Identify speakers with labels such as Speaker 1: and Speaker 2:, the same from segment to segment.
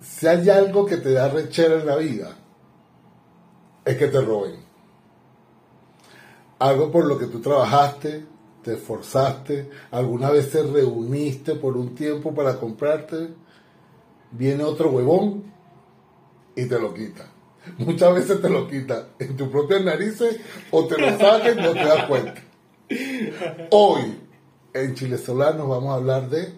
Speaker 1: si hay algo que te da rechera en la vida, es que te roben. Algo por lo que tú trabajaste, te esforzaste, alguna vez te reuniste por un tiempo para comprarte, viene otro huevón y te lo quita. Muchas veces te lo quita en tus propias narices o te lo saca y no te das cuenta. Hoy, en Chile Solar, nos vamos a hablar de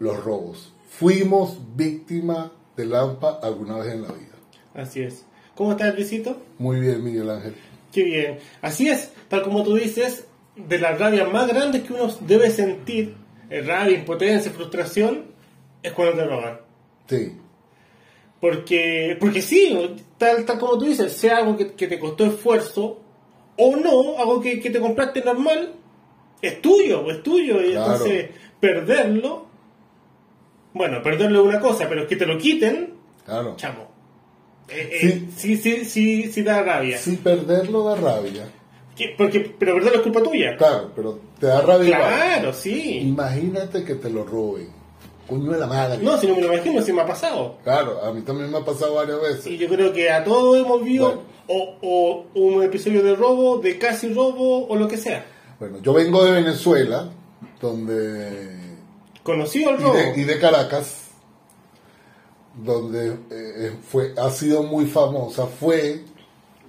Speaker 1: los robos. Fuimos víctimas de Lampa alguna vez en la vida.
Speaker 2: Así es. ¿Cómo estás, Luisito?
Speaker 1: Muy bien, Miguel Ángel.
Speaker 2: Qué bien. Así es, tal como tú dices, de las rabias más grandes que uno debe sentir, eh, rabia, impotencia, frustración, es cuando te roban.
Speaker 1: Sí,
Speaker 2: Porque, porque sí, tal, tal como tú dices, sea algo que, que te costó esfuerzo o no, algo que, que te compraste normal, es tuyo, es tuyo. Y
Speaker 1: Claro.
Speaker 2: entonces, perderlo, bueno, perderlo es una cosa, pero que te lo quiten,
Speaker 1: claro.
Speaker 2: chamo. Eh, eh, sí. sí, sí, sí, da rabia.
Speaker 1: Si perderlo da rabia,
Speaker 2: Que- Porque, pero perderlo es culpa tuya.
Speaker 1: claro, pero te da rabia. igual.
Speaker 2: Claro, sí.
Speaker 1: Imagínate que te lo roben. Coño de la madre.
Speaker 2: No, si no me lo imagino, si me ha pasado.
Speaker 1: Claro, a mí también me ha pasado varias veces.
Speaker 2: Y yo creo que a todos hemos visto o, o un episodio de robo, de casi robo o lo que sea.
Speaker 1: Bueno, yo vengo de Venezuela, donde
Speaker 2: Conocido el
Speaker 1: y
Speaker 2: robo.
Speaker 1: de, y de Caracas, donde eh, fue ha sido muy famosa, fue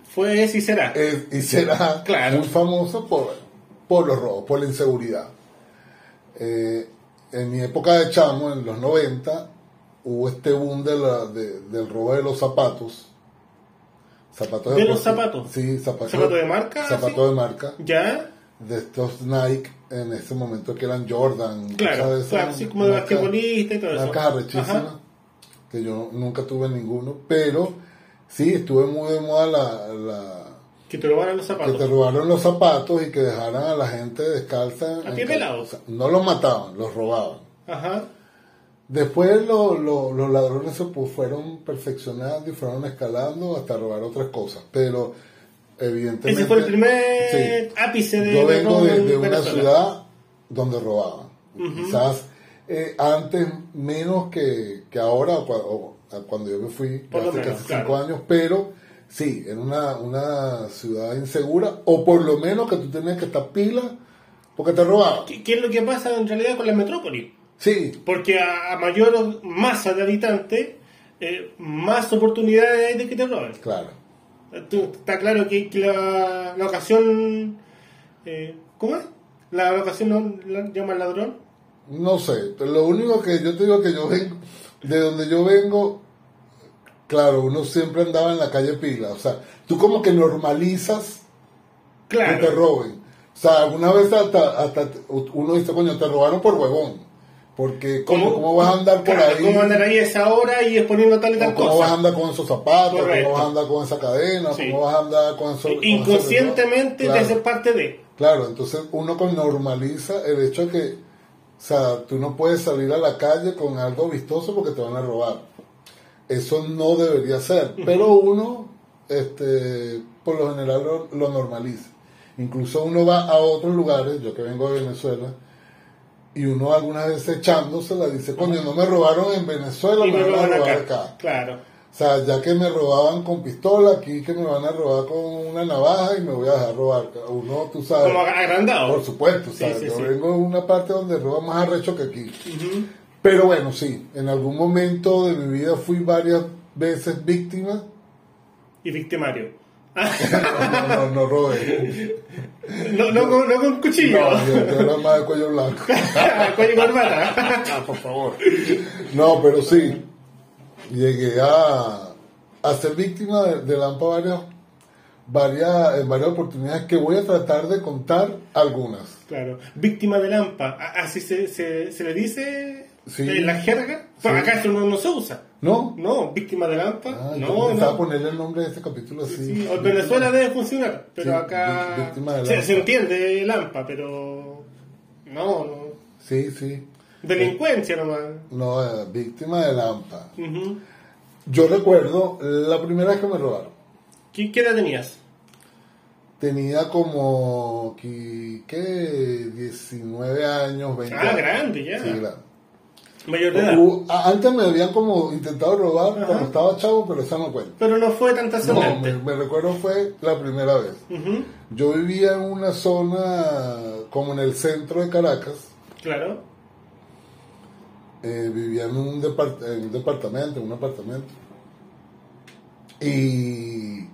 Speaker 2: Fue es y será.
Speaker 1: es- y será
Speaker 2: Claro.
Speaker 1: muy famosa por, por los robos, por la inseguridad. Eh, en mi época de chamo, en los 90, hubo este boom de la- de- del robo de los zapatos. zapatos
Speaker 2: ¿De
Speaker 1: deportivos.
Speaker 2: los zapatos?
Speaker 1: Sí, zapatos.
Speaker 2: ¿Zapato de marca?
Speaker 1: Zapatos de marca.
Speaker 2: ¿Ya?
Speaker 1: de estos Nike en ese momento que eran Jordan.
Speaker 2: Claro,
Speaker 1: ¿sabes?
Speaker 2: claro, sí, como de
Speaker 1: Marca-
Speaker 2: basquetbolista y todo eso.
Speaker 1: Marcas arrechísimas,
Speaker 2: Ajá.
Speaker 1: que yo nunca tuve ninguno, pero sí, estuve muy de moda la, la-
Speaker 2: Que te robaran los
Speaker 1: que te
Speaker 2: zapatos.
Speaker 1: robaron los zapatos y que dejaran a la gente descalza.
Speaker 2: A
Speaker 1: en
Speaker 2: pie
Speaker 1: ca-
Speaker 2: pelado.
Speaker 1: o sea, No los mataban, los robaban.
Speaker 2: Ajá.
Speaker 1: Después lo- lo- los ladrones se pu- fueron perfeccionando y fueron escalando hasta robar otras cosas, pero evidentemente...
Speaker 2: Ese fue el primer
Speaker 1: Sí.
Speaker 2: ápice de
Speaker 1: Yo vengo
Speaker 2: robo
Speaker 1: de,
Speaker 2: en
Speaker 1: de una
Speaker 2: Venezuela.
Speaker 1: ciudad donde robaban. Quizás eh, antes menos que, que ahora, cua- o- a cuando yo me fui,
Speaker 2: Por lo
Speaker 1: hace
Speaker 2: menos,
Speaker 1: casi
Speaker 2: claro.
Speaker 1: cinco años, pero sí, era una, una ciudad insegura, o por lo menos que tú tenías que estar pila porque te robaban.
Speaker 2: ¿Qué, qué es lo que pasa en realidad con la metrópoli?
Speaker 1: Sí,
Speaker 2: Porque a, a mayor masa de habitantes, eh, más oportunidades hay de que te roben.
Speaker 1: claro.
Speaker 2: Tú- Está claro que, que la, la ocasión. eh, ¿Cómo es? La ocasión no la llama al ladrón.
Speaker 1: No sé, lo único que yo te digo que yo vengo, de donde yo vengo, claro, uno siempre andaba en la calle pila, o sea, tú como que normalizas que te
Speaker 2: Claro.
Speaker 1: roben. O sea, alguna vez hasta, hasta uno dice, coño, te robaron por huevón. Porque, ¿cómo, ¿cómo vas a andar por
Speaker 2: claro,
Speaker 1: ahí?
Speaker 2: ¿Cómo andar ahí a esa hora y exponiendo tal y
Speaker 1: ¿O
Speaker 2: tal
Speaker 1: ¿Cómo vas a
Speaker 2: cosa?
Speaker 1: andar con esos zapatos?
Speaker 2: Correcto.
Speaker 1: ¿Cómo vas a andar con esa cadena?
Speaker 2: Sí.
Speaker 1: ¿Cómo vas a andar con esos... con
Speaker 2: Inconscientemente
Speaker 1: esos-
Speaker 2: te
Speaker 1: claro,
Speaker 2: haces parte de.
Speaker 1: claro, entonces uno con- normaliza el hecho de que, o sea, tú no puedes salir a la calle con algo vistoso porque te van a robar. Eso no debería ser, pero uno, este, por lo general, lo, lo normaliza. Incluso uno va a otros lugares, yo que vengo de Venezuela, y uno algunas veces echándose la dice, coño, no me robaron en Venezuela,
Speaker 2: Y
Speaker 1: me
Speaker 2: me
Speaker 1: van a
Speaker 2: roban
Speaker 1: robar
Speaker 2: acá.
Speaker 1: acá.
Speaker 2: Claro.
Speaker 1: O sea, ya que me robaban con pistola, aquí que me van a robar con una navaja y me voy a dejar robar. Uno, tú sabes.
Speaker 2: Como agrandado.
Speaker 1: Por supuesto,
Speaker 2: Sí,
Speaker 1: ¿sabes?
Speaker 2: sí,
Speaker 1: yo
Speaker 2: sí.
Speaker 1: vengo de una parte donde roba más arrecho que aquí.
Speaker 2: Ujú.
Speaker 1: Pero bueno, sí, en algún momento de mi vida fui varias veces víctima.
Speaker 2: Y victimario.
Speaker 1: No, no, no robé.
Speaker 2: No, no, con- no con cuchillo.
Speaker 1: No, yo, yo era más de cuello blanco.
Speaker 2: Cuello y corbata.
Speaker 1: Ah, por favor. No, pero sí, llegué a, a ser víctima de, de Lampa varios, varias, en varias oportunidades que voy a tratar de contar algunas.
Speaker 2: Claro, víctima de Lampa, A- así se, se, se le dice
Speaker 1: Sí.
Speaker 2: en la jerga. Pero
Speaker 1: Sí.
Speaker 2: acá eso no, no se usa.
Speaker 1: ¿No?
Speaker 2: No, víctima de Lampa,
Speaker 1: Ah, yo
Speaker 2: no,
Speaker 1: pensaba
Speaker 2: no.
Speaker 1: ponerle el nombre de este capítulo así.
Speaker 2: Sí, o Venezuela debe funcionar, pero
Speaker 1: Sí,
Speaker 2: acá
Speaker 1: víc- víctima de
Speaker 2: se,
Speaker 1: Lampa.
Speaker 2: se entiende Lampa, pero no, no.
Speaker 1: Sí, sí.
Speaker 2: Delincuencia nomás.
Speaker 1: No, eh, víctima de Lampa.
Speaker 2: Ujú.
Speaker 1: Yo recuerdo la primera vez que me robaron.
Speaker 2: ¿Qué, qué edad tenías?
Speaker 1: Tenía como, qui- ¿qué? 19 años, 20
Speaker 2: Ah,
Speaker 1: años.
Speaker 2: grande ya.
Speaker 1: Sí, grande.
Speaker 2: mayor de edad.
Speaker 1: Hubo- a- antes me habían como intentado robar
Speaker 2: Ajá.
Speaker 1: cuando estaba chavo, pero esa no cuenta.
Speaker 2: Pero no fue tan
Speaker 1: No,
Speaker 2: trascendente.
Speaker 1: me me recuerdo fue la primera vez.
Speaker 2: Ujú,
Speaker 1: Yo vivía en una zona como en el centro de Caracas.
Speaker 2: Claro.
Speaker 1: eh, vivía en un, depart- en un departamento, en un apartamento. Y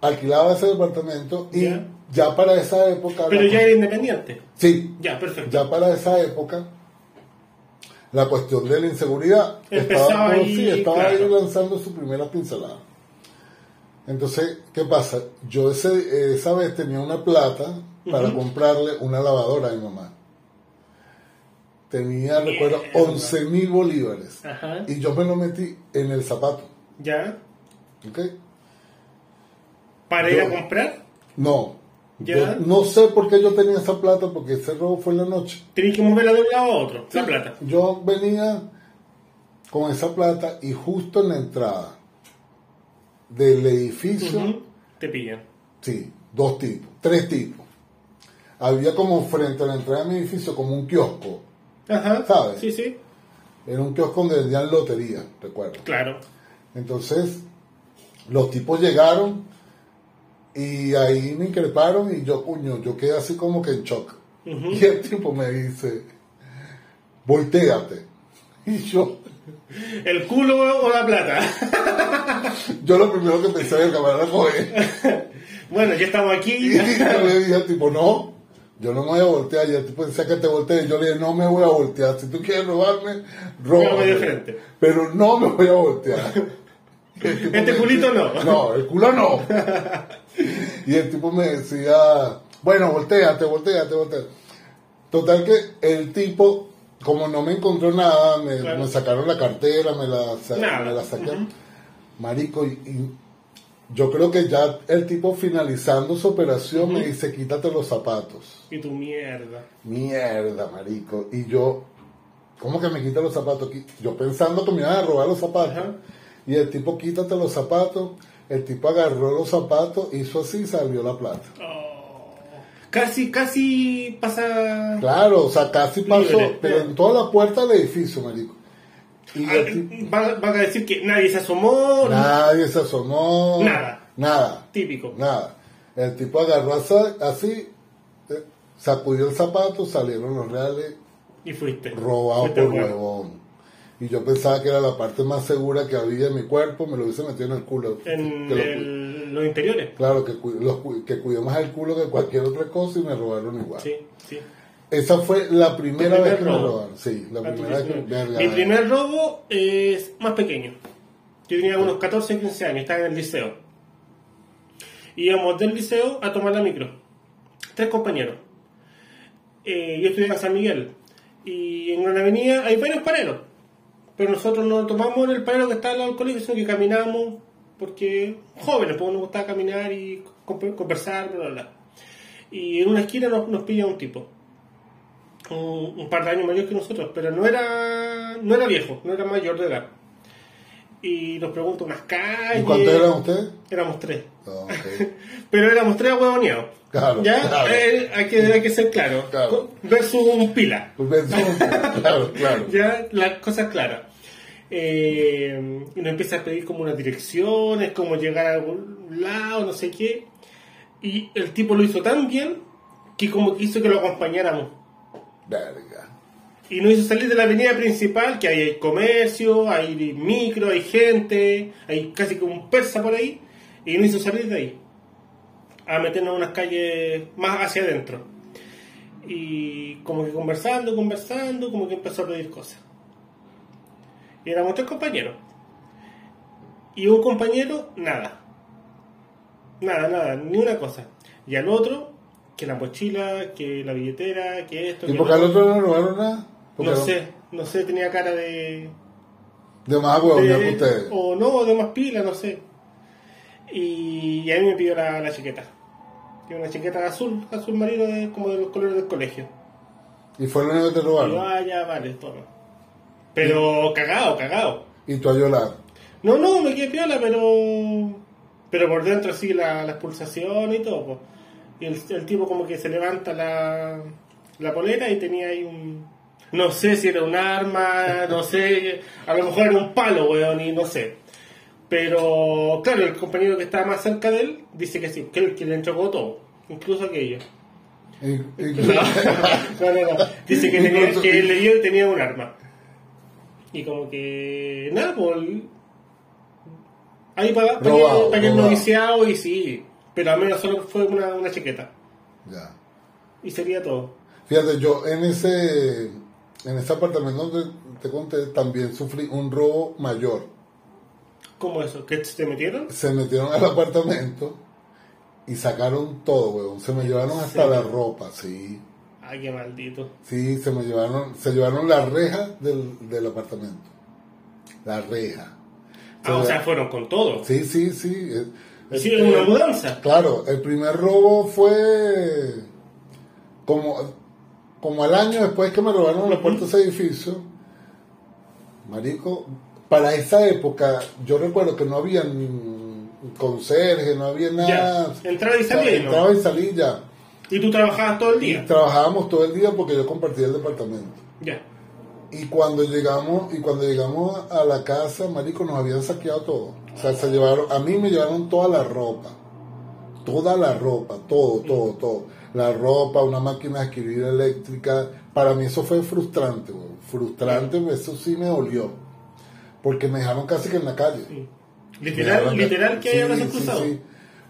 Speaker 1: alquilaba ese departamento y
Speaker 2: Ya.
Speaker 1: ya para esa época...
Speaker 2: Pero
Speaker 1: la-
Speaker 2: ya era independiente.
Speaker 1: Sí,
Speaker 2: Ya, perfecto.
Speaker 1: ya para esa época la cuestión de la inseguridad
Speaker 2: Empezaba
Speaker 1: estaba,
Speaker 2: ahí,
Speaker 1: sí, estaba ahí
Speaker 2: claro.
Speaker 1: lanzando su primera pincelada. Entonces, ¿qué pasa? Yo ese, esa vez tenía una plata para comprarle una lavadora a mi mamá. Tenía, recuerdo, 11 mil bolívares.
Speaker 2: Ajá.
Speaker 1: Y yo me lo metí en el zapato.
Speaker 2: Ya.
Speaker 1: ¿ok?
Speaker 2: Para ir a
Speaker 1: Yo-
Speaker 2: comprar,
Speaker 1: No.
Speaker 2: Ya.
Speaker 1: Yo no sé por qué yo tenía esa plata, porque ese robo fue en la noche.
Speaker 2: tenéis que moverla de un lado a otro. La plata.
Speaker 1: Yo venía con esa plata y justo en la entrada del edificio,
Speaker 2: Ujú, Te pillan.
Speaker 1: sí, dos tipos, tres tipos. Había como frente a la entrada de mi edificio como un kiosco.
Speaker 2: Ajá.
Speaker 1: ¿Sabes?
Speaker 2: Sí, sí.
Speaker 1: Era un kiosco donde vendían lotería, recuerdo.
Speaker 2: Claro.
Speaker 1: Entonces, los tipos llegaron y ahí me increparon y yo, puño, yo quedé así como que en shock.
Speaker 2: Ujú.
Speaker 1: Y el tipo me dice, volteate. Y yo,
Speaker 2: ¿El culo o la plata?
Speaker 1: yo lo primero que pensé del camarógrafo es,
Speaker 2: bueno, ya estamos
Speaker 1: y
Speaker 2: aquí.
Speaker 1: yo le dije al tipo, no, yo no me voy a voltear. Y el tipo decía que te voltees. Y yo le dije, no me voy a voltear. Si tú quieres robarme,
Speaker 2: Róbame de
Speaker 1: róbame.
Speaker 2: frente.
Speaker 1: Pero no me voy a voltear. Y el tipo
Speaker 2: Este
Speaker 1: me
Speaker 2: culito
Speaker 1: decía,
Speaker 2: no.
Speaker 1: No, el culo no. Y el tipo me decía, bueno, volteate, volteate, volteate. Total que el tipo, como no me encontró nada, me,
Speaker 2: Claro.
Speaker 1: me sacaron la cartera, me la, sa-
Speaker 2: Nada.
Speaker 1: me la sacaron. Marico, y, y yo creo que ya el tipo finalizando su operación me dice, quítate los zapatos.
Speaker 2: y tu mierda.
Speaker 1: Mierda, marico. Y yo, ¿cómo que me quita los zapatos? Qui- Yo pensando que me iban a robar los zapatos.
Speaker 2: Ajá.
Speaker 1: Y el tipo, quítate los zapatos. El tipo agarró los zapatos, hizo así y salió la plata.
Speaker 2: Oh. Casi, casi pasa.
Speaker 1: Claro, o sea, casi pasó,
Speaker 2: Libre,
Speaker 1: pero
Speaker 2: claro.
Speaker 1: en toda la puerta del edificio, marico. Y
Speaker 2: Ah,
Speaker 1: el tipo-
Speaker 2: va- Van a decir que nadie se asomó.
Speaker 1: nadie se asomó.
Speaker 2: Nada.
Speaker 1: Nada,
Speaker 2: Típico.
Speaker 1: nada. El tipo agarró asa- así, eh, sacudió el zapato, salieron los reales
Speaker 2: Y fuiste.
Speaker 1: robado
Speaker 2: Fuiste
Speaker 1: por
Speaker 2: bueno.
Speaker 1: huevón. Y yo pensaba que era la parte más segura que había en mi cuerpo, me lo hubiese metido en el culo.
Speaker 2: En
Speaker 1: Que lo cu-
Speaker 2: el- los interiores.
Speaker 1: Claro, que, cu- los cu- que cuidé más el culo que cualquier otra cosa y me robaron igual.
Speaker 2: Sí, sí.
Speaker 1: Esa fue la primera
Speaker 2: ¿Tu
Speaker 1: vez
Speaker 2: primer
Speaker 1: que me
Speaker 2: robo?
Speaker 1: robaron. Sí, la
Speaker 2: Ah, tú
Speaker 1: primera vez que
Speaker 2: dices,
Speaker 1: verga. eh.
Speaker 2: Mi primer robo es más pequeño. Yo tenía unos 14, 15 años, estaba en el liceo. Íbamos del liceo a tomar la micro. Tres compañeros. Eh, yo estudiaba en San Miguel. Y en Gran Avenida hay varios pareros. Pero nosotros no tomamos el parero que está al lado del colegio, sino que caminamos porque jóvenes, porque nos gustaba caminar y con- conversar, bla, bla, bla. Y en una esquina nos, nos pilla un tipo un, un par de años mayor que nosotros, pero no era, no era viejo, no era mayor de edad. Y nos pregunta unas calles.
Speaker 1: ¿Y cuántos eran ustedes?
Speaker 2: Éramos tres.
Speaker 1: Ah, ok.
Speaker 2: Pero éramos tres huevoneados.
Speaker 1: Claro,
Speaker 2: ¿Ya?
Speaker 1: claro.
Speaker 2: Eh, hay, que, hay que ser claro.
Speaker 1: Claro.
Speaker 2: Versus un pila.
Speaker 1: Pues claro, claro.
Speaker 2: Ya, las cosas claras. Eh, y nos empieza a pedir como unas direcciones, cómo llegar a algún lado, no sé qué. Y el tipo lo hizo tan bien que como que hizo que lo acompañáramos.
Speaker 1: Verga.
Speaker 2: Y nos hizo salir de la avenida principal, que ahí hay comercio, hay micro, hay gente, hay casi como un persa por ahí. Y nos hizo salir de ahí, a meternos en unas calles más hacia adentro. Y como que conversando, conversando, como que empezó a pedir cosas. Y éramos tres compañeros. Y un compañero, nada. Nada, nada, ni una cosa. Y al otro, que la mochila, que la billetera, que esto,
Speaker 1: ¿Y
Speaker 2: que
Speaker 1: por qué
Speaker 2: lo
Speaker 1: al otro no le robaron nada? Porque
Speaker 2: no sé, no sé, tenía cara de.
Speaker 1: De más huevón
Speaker 2: de-
Speaker 1: que ustedes.
Speaker 2: o no, de más pila, no sé. Y, y a mí me pidió la, la chiqueta. Tiene una chiqueta azul, azul marino, de- como de los colores del colegio.
Speaker 1: Y fue el único que te
Speaker 2: Y yo,
Speaker 1: robaron.
Speaker 2: ah, ya, vale, toma. Pero cagado, cagado.
Speaker 1: Y tú a llorar.
Speaker 2: No, no, me quedé piola, pero. Pero por dentro, así, la, las pulsaciones y todo, po. Y el, el tipo, como que se levanta la, la polera y tenía ahí un, No sé si era un arma, no sé, a lo mejor era un palo, weón, y no sé. Pero claro, el compañero que estaba más cerca de él dice que sí, que, él- que le entregó todo, incluso aquello.
Speaker 1: In-
Speaker 2: No,
Speaker 1: incluso-
Speaker 2: no, no, no. Dice que, tenía- que él le dio y tenía un arma. Y como que. Nada, pues. el- Ahí para, para,
Speaker 1: Robado,
Speaker 2: que, para que el
Speaker 1: robado.
Speaker 2: noviciado y sí. Pero al menos solo fue una, una chaqueta.
Speaker 1: Ya.
Speaker 2: Y sería todo.
Speaker 1: Fíjate, yo en ese, en ese apartamento donde te conté, también sufrí un robo mayor.
Speaker 2: ¿Cómo eso? ¿Que te metieron?
Speaker 1: Se metieron al apartamento y sacaron todo, weón. Se me llevaron hasta
Speaker 2: serio?
Speaker 1: la ropa, sí.
Speaker 2: Ay, qué maldito.
Speaker 1: Sí, se me llevaron, se llevaron la reja del, del apartamento. La reja. Se
Speaker 2: Ah, o
Speaker 1: me-
Speaker 2: sea, fueron con todo.
Speaker 1: Sí, sí, sí. Eh,
Speaker 2: Hicieron una mudanza.
Speaker 1: Claro, el primer robo fue como, como al año después que me robaron la puerta de ese edificio. Marico, para esa época yo recuerdo que no había ni conserje, no había nada.
Speaker 2: Ya. Entraba
Speaker 1: O
Speaker 2: y
Speaker 1: sea,
Speaker 2: salía, ¿no?
Speaker 1: Entraba y salía ya.
Speaker 2: Y tú trabajabas todo el
Speaker 1: Y
Speaker 2: día.
Speaker 1: trabajábamos todo el día porque yo compartía el departamento.
Speaker 2: Ya.
Speaker 1: Y cuando llegamos, y cuando llegamos a la casa, marico, nos habían saqueado todo. O sea, se llevaron, a mí me llevaron toda la ropa. Toda la ropa, todo, todo, todo. La ropa, una máquina de escribir eléctrica. Para mí eso fue frustrante, weón. frustrante, eso sí me dolió. Porque me dejaron casi que en la calle. Me
Speaker 2: Literal,
Speaker 1: dejaron-
Speaker 2: literal que
Speaker 1: Sí,
Speaker 2: hay brazos
Speaker 1: sí,
Speaker 2: cruzados.
Speaker 1: sí.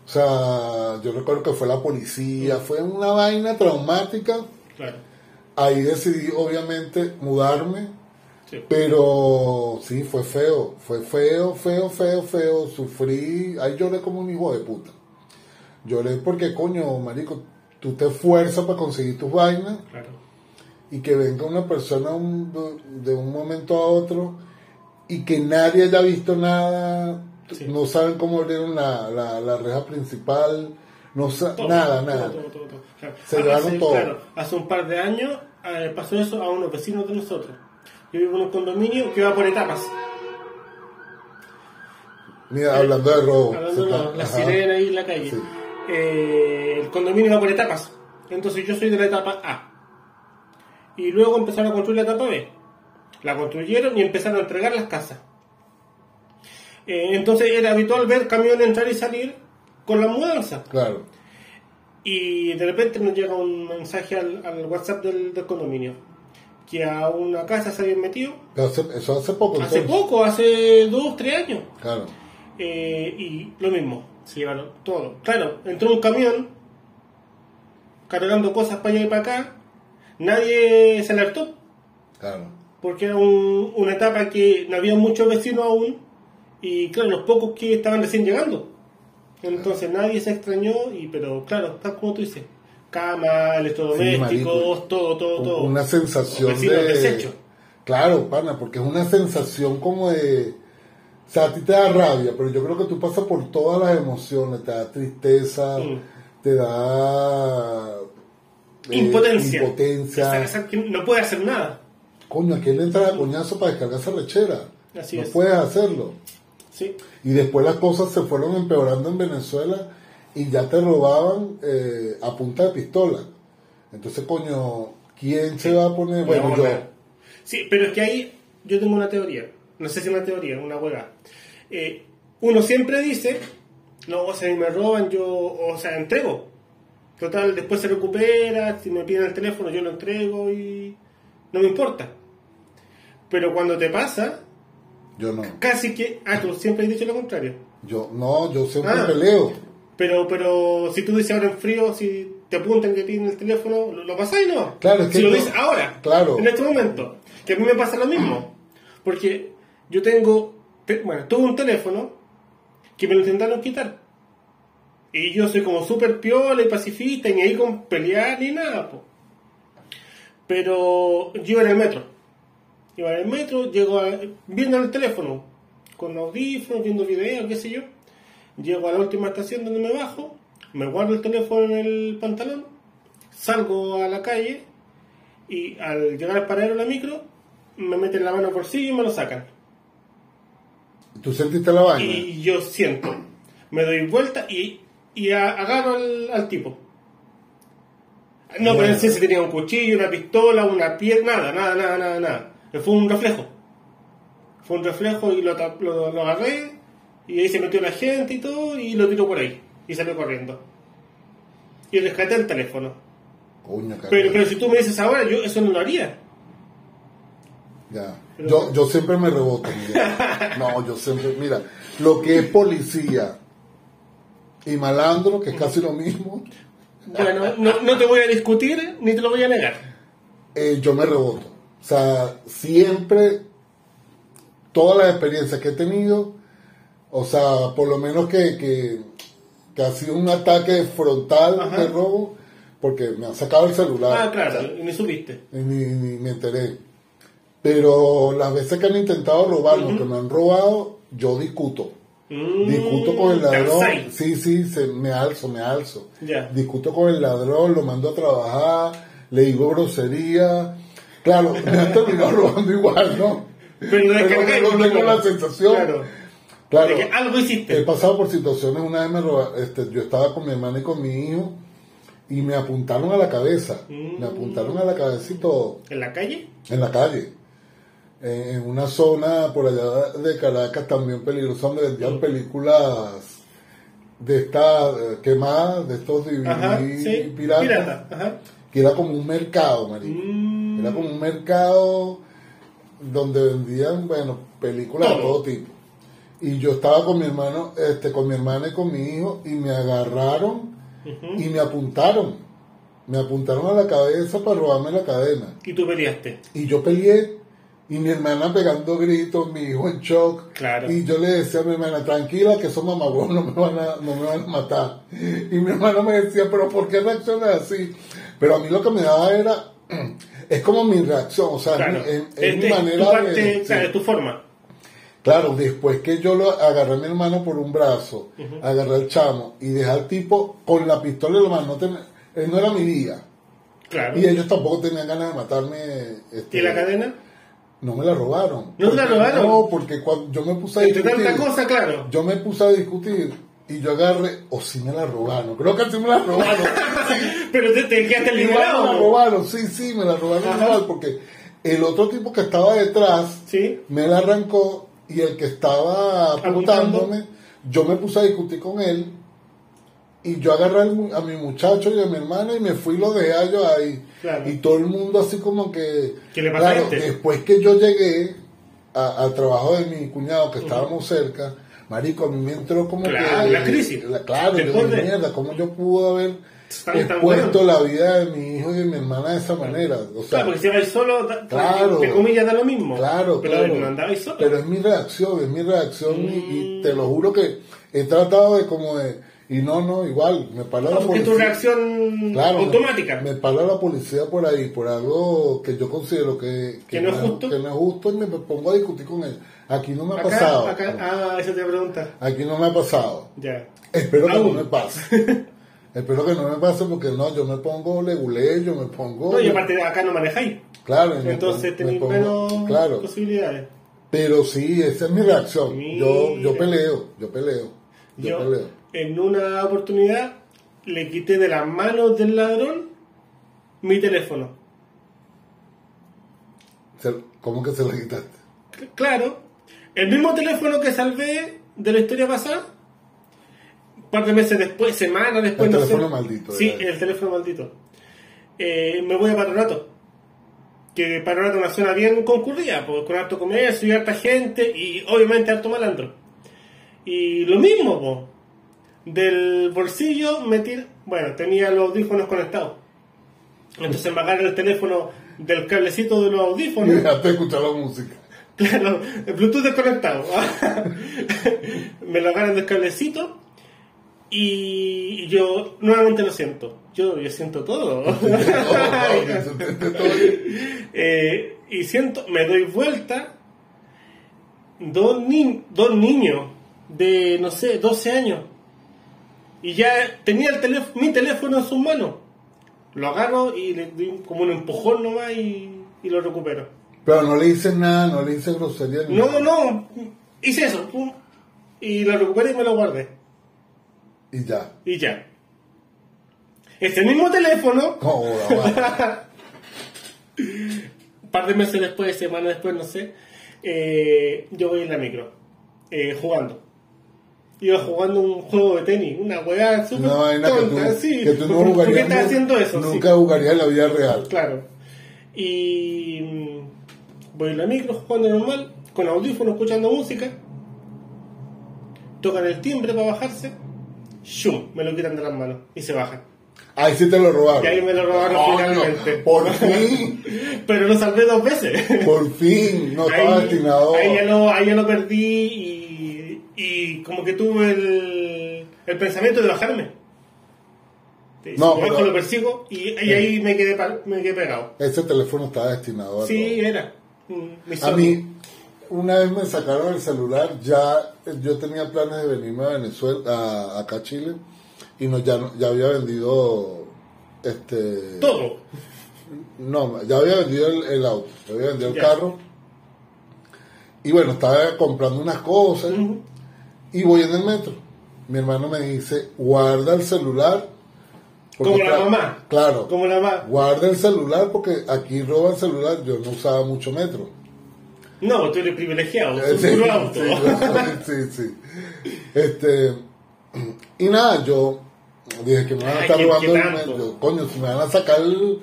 Speaker 1: O sea, yo recuerdo que fue la policía, fue una vaina traumática.
Speaker 2: Claro.
Speaker 1: Ahí decidí, obviamente, mudarme.
Speaker 2: Sí.
Speaker 1: Pero sí, fue feo, fue feo, feo, feo, feo. Sufrí, ahí lloré como un hijo de puta. Lloré porque, coño, marico, tú te esfuerzas para conseguir tus vainas
Speaker 2: Claro.
Speaker 1: y que venga una persona un- de un momento a otro y que nadie haya visto nada,
Speaker 2: Sí.
Speaker 1: no saben cómo abrieron la, la, la reja principal, no sa-
Speaker 2: Todo,
Speaker 1: nada,
Speaker 2: todo,
Speaker 1: nada.
Speaker 2: todo, todo, todo. Claro.
Speaker 1: Se
Speaker 2: Ah,
Speaker 1: llevaron
Speaker 2: hace-
Speaker 1: todo.
Speaker 2: claro, hace un par de años eh, pasó eso a unos vecinos de nosotros. Yo vivo en un condominio que va por etapas.
Speaker 1: Mira, hablando de robo.
Speaker 2: Hablando
Speaker 1: Oh,
Speaker 2: de
Speaker 1: se-
Speaker 2: la, la
Speaker 1: ajá.
Speaker 2: sirena ahí en la calle.
Speaker 1: Sí.
Speaker 2: Eh, el condominio va por etapas. Entonces yo soy de la etapa A. Y luego empezaron a construir la etapa B. La construyeron y empezaron a entregar las casas. Eh, entonces era habitual ver camiones entrar y salir con la mudanza.
Speaker 1: Claro,
Speaker 2: Y de repente nos llega un mensaje al, al WhatsApp del, del condominio que a una casa se habían metido
Speaker 1: Pero hace- eso hace poco.
Speaker 2: hace
Speaker 1: entonces.
Speaker 2: poco, hace dos, tres años.
Speaker 1: Claro.
Speaker 2: Eh, y lo mismo, se llevaron todo. Claro, entró un camión cargando cosas para allá y para acá. Nadie se alertó
Speaker 1: Claro.
Speaker 2: porque era un- una etapa que no había muchos vecinos aún y claro, los pocos que estaban recién llegando. Entonces nadie se extrañó, y pero claro, tal como tú dices, camas, electrodomésticos,
Speaker 1: marico.
Speaker 2: todo, todo, todo.
Speaker 1: Una eh, sensación
Speaker 2: Vecinos
Speaker 1: de...
Speaker 2: desechos.
Speaker 1: Claro, pana, porque es una sensación como de... O sea, a ti te da rabia, pero yo creo que tú pasas por todas las emociones. Te da tristeza,
Speaker 2: Mm.
Speaker 1: te da... eh,
Speaker 2: impotencia. O sea,
Speaker 1: Impotencia.
Speaker 2: o sea, que no puede hacer nada.
Speaker 1: Coño, ¿a quién le entra la coñazo para descargar esa rechera?
Speaker 2: Mm. Así
Speaker 1: no
Speaker 2: es.
Speaker 1: puedes hacerlo.
Speaker 2: Sí,
Speaker 1: Y después las cosas se fueron empeorando en Venezuela y ya te robaban eh, a punta de pistola. Entonces, coño, ¿quién se va a poner? Bueno,
Speaker 2: No,
Speaker 1: yo.
Speaker 2: no. Sí, pero es que ahí yo tengo una teoría. No sé si una teoría, una hueá. Eh, uno siempre dice, no, o sea, me roban, yo, o sea, entrego. Total, después se recupera, si me piden el teléfono yo lo entrego y no me importa. Pero cuando te pasa,
Speaker 1: Yo no.
Speaker 2: casi que... Ah, tú siempre has dicho lo contrario.
Speaker 1: Yo no, yo siempre
Speaker 2: Ah.
Speaker 1: peleo.
Speaker 2: Pero pero si tú dices ahora en frío, si te apuntan que piden el teléfono, lo, lo pasáis, ¿no?
Speaker 1: Claro, es que
Speaker 2: si lo
Speaker 1: no-
Speaker 2: dices ahora,
Speaker 1: claro.
Speaker 2: en este momento. Que a mí me pasa lo mismo. Porque yo tengo, te- bueno, tuve un teléfono que me lo intentaron quitar. Y yo soy como súper piola y pacifista, y ni ahí con pelear ni nada, po. Pero yo iba en el metro. Iba en el metro, llego a- viendo el teléfono, con audífonos, viendo videos, qué sé yo. Llego a la última estación donde me bajo, me guardo el teléfono en el pantalón, salgo a la calle y al llegar al paradero de la micro, me meten la mano al bolsillo y me lo sacan.
Speaker 1: ¿Tú sentiste la vaina?
Speaker 2: Y yo siento, me doy vuelta y, y a- agarro al, al tipo. No, pero
Speaker 1: Bueno.
Speaker 2: en sí se tenía un cuchillo, una pistola, una pierna, nada, nada, nada, nada, nada. Pero Fue un reflejo. Fue un reflejo y lo, tap- lo, lo agarré y ahí se metió la gente y todo y lo tiró por ahí y salió corriendo. Y rescaté el teléfono.
Speaker 1: Coño, carajo.
Speaker 2: Pero, pero si tú me dices ahora, yo eso no lo haría.
Speaker 1: Ya. Yo, yo siempre me reboto. mira. No, yo siempre, mira, lo que es policía y malandro, que es casi lo mismo,
Speaker 2: Bueno, no, no te voy a discutir ni te lo voy a negar.
Speaker 1: eh, yo me reboto. O sea, siempre, todas las experiencias que he tenido, o sea, por lo menos que, que, que ha sido un ataque frontal
Speaker 2: Ajá.
Speaker 1: de robo, porque me han sacado el celular.
Speaker 2: Ah,
Speaker 1: O sea,
Speaker 2: claro, y ni subiste.
Speaker 1: ni, ni me enteré. Pero las veces que han intentado robar lo que me han robado, yo discuto.
Speaker 2: Mm,
Speaker 1: Discuto con el ladrón.
Speaker 2: cansai.
Speaker 1: Sí, sí, se, me alzo, me alzo.
Speaker 2: Ya.
Speaker 1: Discuto con el ladrón, lo mando a trabajar, le digo grosería. Claro, me han terminado robando igual, ¿no?
Speaker 2: Pero descargué,
Speaker 1: tengo-
Speaker 2: no te
Speaker 1: tengo
Speaker 2: puedo.
Speaker 1: la sensación.
Speaker 2: Claro.
Speaker 1: Claro,
Speaker 2: De que ah, algo
Speaker 1: he
Speaker 2: hiciste.
Speaker 1: pasado por situaciones, una vez me roba- este, yo estaba con mi hermana y con mi hijo y me apuntaron a la cabeza,
Speaker 2: Mm.
Speaker 1: me apuntaron a la cabeza y todo
Speaker 2: ¿En la calle?
Speaker 1: en la calle, en, en una zona por allá de Caracas también peligrosa donde vendían películas de estas eh, quemadas, de estos DVD
Speaker 2: Ajá, sí.
Speaker 1: piratas,
Speaker 2: Pirata. Ajá.
Speaker 1: que era como un mercado, marico.
Speaker 2: Mm,
Speaker 1: Era como un mercado donde vendían, bueno, películas de
Speaker 2: Todo.
Speaker 1: todo tipo. Y yo estaba con mi hermano, este, con mi hermana y con mi hijo, y me agarraron
Speaker 2: ujú.
Speaker 1: y me apuntaron. Me apuntaron a la cabeza para robarme la cadena.
Speaker 2: Y tú peleaste.
Speaker 1: Y yo peleé. Y mi hermana pegando gritos, mi hijo en shock.
Speaker 2: Claro.
Speaker 1: Y yo le decía a mi hermana, tranquila, que son mamagüeos, no me van a, no me van a matar. Y mi hermana me decía, pero ¿por qué reaccionas así? Pero a mí lo que me daba era, es como mi reacción, o sea,
Speaker 2: Claro.
Speaker 1: es, es
Speaker 2: Es
Speaker 1: mi
Speaker 2: de-
Speaker 1: manera
Speaker 2: tu parte,
Speaker 1: de...
Speaker 2: claro,
Speaker 1: sí.
Speaker 2: es tu forma.
Speaker 1: Claro, después que yo lo agarré a mi hermano por un brazo, agarré al chamo y dejé al tipo con la pistola en la mano, no ten- él no era mi día.
Speaker 2: Claro.
Speaker 1: Y ellos tampoco tenían ganas de matarme. Este,
Speaker 2: ¿Y la cadena?
Speaker 1: No me la robaron.
Speaker 2: ¿No te la robaron?
Speaker 1: No, porque cuando yo me puse a
Speaker 2: Entre tanta
Speaker 1: discutir,
Speaker 2: cosa, claro.
Speaker 1: yo me puse a discutir y yo agarré, o si me la robaron, creo que sí me la robaron.
Speaker 2: Pero te, te quedaste
Speaker 1: Igual me la
Speaker 2: liberado.
Speaker 1: robaron, sí, sí, me la robaron
Speaker 2: Ajá.
Speaker 1: igual, porque el otro tipo que estaba detrás
Speaker 2: Sí.
Speaker 1: me la arrancó y el que estaba
Speaker 2: Apuntando.
Speaker 1: apuntándome, yo me puse a discutir con él y yo agarré al mu- a mi muchacho y a mi hermana y me fui y lo dejé yo ahí.
Speaker 2: Claro.
Speaker 1: Y todo el mundo así como que...
Speaker 2: ¿Qué le pasa a este?
Speaker 1: Después que yo llegué a- al trabajo de mi cuñado, que estábamos cerca, Marico, a mí me entró como
Speaker 2: Claro,
Speaker 1: que...
Speaker 2: la crisis.
Speaker 1: la- claro, yo
Speaker 2: Después
Speaker 1: dije,
Speaker 2: de-
Speaker 1: mierda, ¿cómo yo pude haber
Speaker 2: Tan- tan
Speaker 1: expuesto
Speaker 2: bueno.
Speaker 1: la vida de mi hijo y de mi hermana de esa manera? O sea,
Speaker 2: Claro, porque si vais solo, da-
Speaker 1: Claro.
Speaker 2: entre comillas, da lo mismo.
Speaker 1: Claro,
Speaker 2: Pero
Speaker 1: claro.
Speaker 2: no andabais solo.
Speaker 1: Pero es mi reacción, es mi reacción y, y te lo juro que he tratado de como de... Y no, no, igual, me paró la
Speaker 2: Ah, porque
Speaker 1: policía.
Speaker 2: tu reacción
Speaker 1: Claro,
Speaker 2: automática.
Speaker 1: Me, me paró la policía por ahí, por algo que yo considero que,
Speaker 2: Que no es justo.
Speaker 1: que no es justo y me pongo a discutir con él. Aquí no me ha
Speaker 2: acá,
Speaker 1: pasado.
Speaker 2: acá, ah, esa te pregunta.
Speaker 1: Aquí no me ha pasado.
Speaker 2: Ya.
Speaker 1: Espero que
Speaker 2: Aún.
Speaker 1: no me pase. Espero que no me pase porque no, yo me pongo legulé, yo Oh, me pongo...
Speaker 2: No, y aparte de acá no manejáis.
Speaker 1: claro, y me
Speaker 2: Entonces
Speaker 1: pon- me
Speaker 2: tenéis
Speaker 1: pongo-
Speaker 2: menos
Speaker 1: Claro.
Speaker 2: posibilidades.
Speaker 1: Pero sí, esa es mi reacción. Yo, yo
Speaker 2: Mira.
Speaker 1: peleo, yo peleo, yo,
Speaker 2: Yo,
Speaker 1: peleo.
Speaker 2: en una oportunidad, le quité de las manos del ladrón mi teléfono.
Speaker 1: Se- ¿Cómo que se lo quitaste?
Speaker 2: C- Claro, el mismo teléfono que salvé de la historia pasada, un par de meses después, semanas después.
Speaker 1: El
Speaker 2: no sé.
Speaker 1: teléfono maldito,
Speaker 2: Sí,
Speaker 1: era.
Speaker 2: el teléfono maldito. Eh, me voy a Patronato. Que Patronato es una zona bien concurrida, porque con harto comercio y harta gente y obviamente harto malandro. Y lo mismo, po. del bolsillo me tir- Bueno, tenía los audífonos conectados. Entonces me agarré el teléfono del cablecito de los
Speaker 1: Y
Speaker 2: audífonos.
Speaker 1: dejaste escuchar la música.
Speaker 2: Claro, el Bluetooth desconectado. me lo agarran del cablecito y yo nuevamente lo siento. Yo, yo siento todo. Eh, y siento, me doy vuelta. Dos, ni- dos niños de, no sé, 12 años. Y ya tenía el teléf- mi teléfono en sus manos. Lo agarro y le doy como un empujón nomás y- y lo recupero.
Speaker 1: Pero no le dices nada, no le dices grosería. ni
Speaker 2: No,
Speaker 1: nada.
Speaker 2: no, hice eso. pum, Y lo recuperé y me lo guardé.
Speaker 1: Y ya.
Speaker 2: Y ya. Ese mismo teléfono,
Speaker 1: No, ahora, bueno.
Speaker 2: un par de meses después, semanas después, no sé, eh, yo voy en la micro, eh, jugando. Iba jugando un juego de tenis, una weá súper
Speaker 1: Una vaina que tú,
Speaker 2: tonta, sí.
Speaker 1: que tú no
Speaker 2: ¿Por- por- ¿Por qué
Speaker 1: jugarías.
Speaker 2: estás
Speaker 1: nu-
Speaker 2: haciendo eso? Sí.
Speaker 1: Nunca jugarías en la vida real.
Speaker 2: Claro. Y mm, voy en la micro jugando normal, con audífonos escuchando música. Tocan el timbre para bajarse. ¡Shum! Me lo quitan de las manos y se bajan.
Speaker 1: Ahí sí te lo robaron.
Speaker 2: Y ahí me lo robaron
Speaker 1: Coño,
Speaker 2: finalmente.
Speaker 1: Por fin,
Speaker 2: Pero lo salvé dos veces.
Speaker 1: por fin, no estaba destinado.
Speaker 2: ahí ya lo, ahí ya lo perdí y, y como que tuve el, el pensamiento de bajarme.
Speaker 1: No,
Speaker 2: Lo
Speaker 1: pero- eh.
Speaker 2: bajo, lo persigo y, y ahí me quedé, pa- me quedé pegado.
Speaker 1: Ese teléfono estaba destinado a
Speaker 2: Sí,
Speaker 1: todo.
Speaker 2: era. Mm, mi
Speaker 1: A
Speaker 2: sueño.
Speaker 1: mí, una vez me sacaron el celular, ya yo tenía planes de venirme a Venezuela, a, acá a Chile, y no, ya, no- ya había vendido este
Speaker 2: Todo.
Speaker 1: No, ya había vendido el, el auto, ya había vendido
Speaker 2: Ya.
Speaker 1: el carro. Y bueno, estaba comprando unas cosas
Speaker 2: Ujú.
Speaker 1: y voy en el metro. Mi hermano me dice, guarda el celular. porque
Speaker 2: Como la
Speaker 1: tra-
Speaker 2: mamá.
Speaker 1: Claro.
Speaker 2: Como la mamá.
Speaker 1: Guarda el celular porque aquí roban celular. Yo no usaba mucho metro.
Speaker 2: No, tú eres privilegiado.
Speaker 1: Sí,
Speaker 2: Es un puro auto.
Speaker 1: sí, sí, sí. Este, y nada, yo dije que me van a
Speaker 2: Ay,
Speaker 1: estar
Speaker 2: qué
Speaker 1: robando el
Speaker 2: inquietante.
Speaker 1: metro. Coño, si me van a sacar el,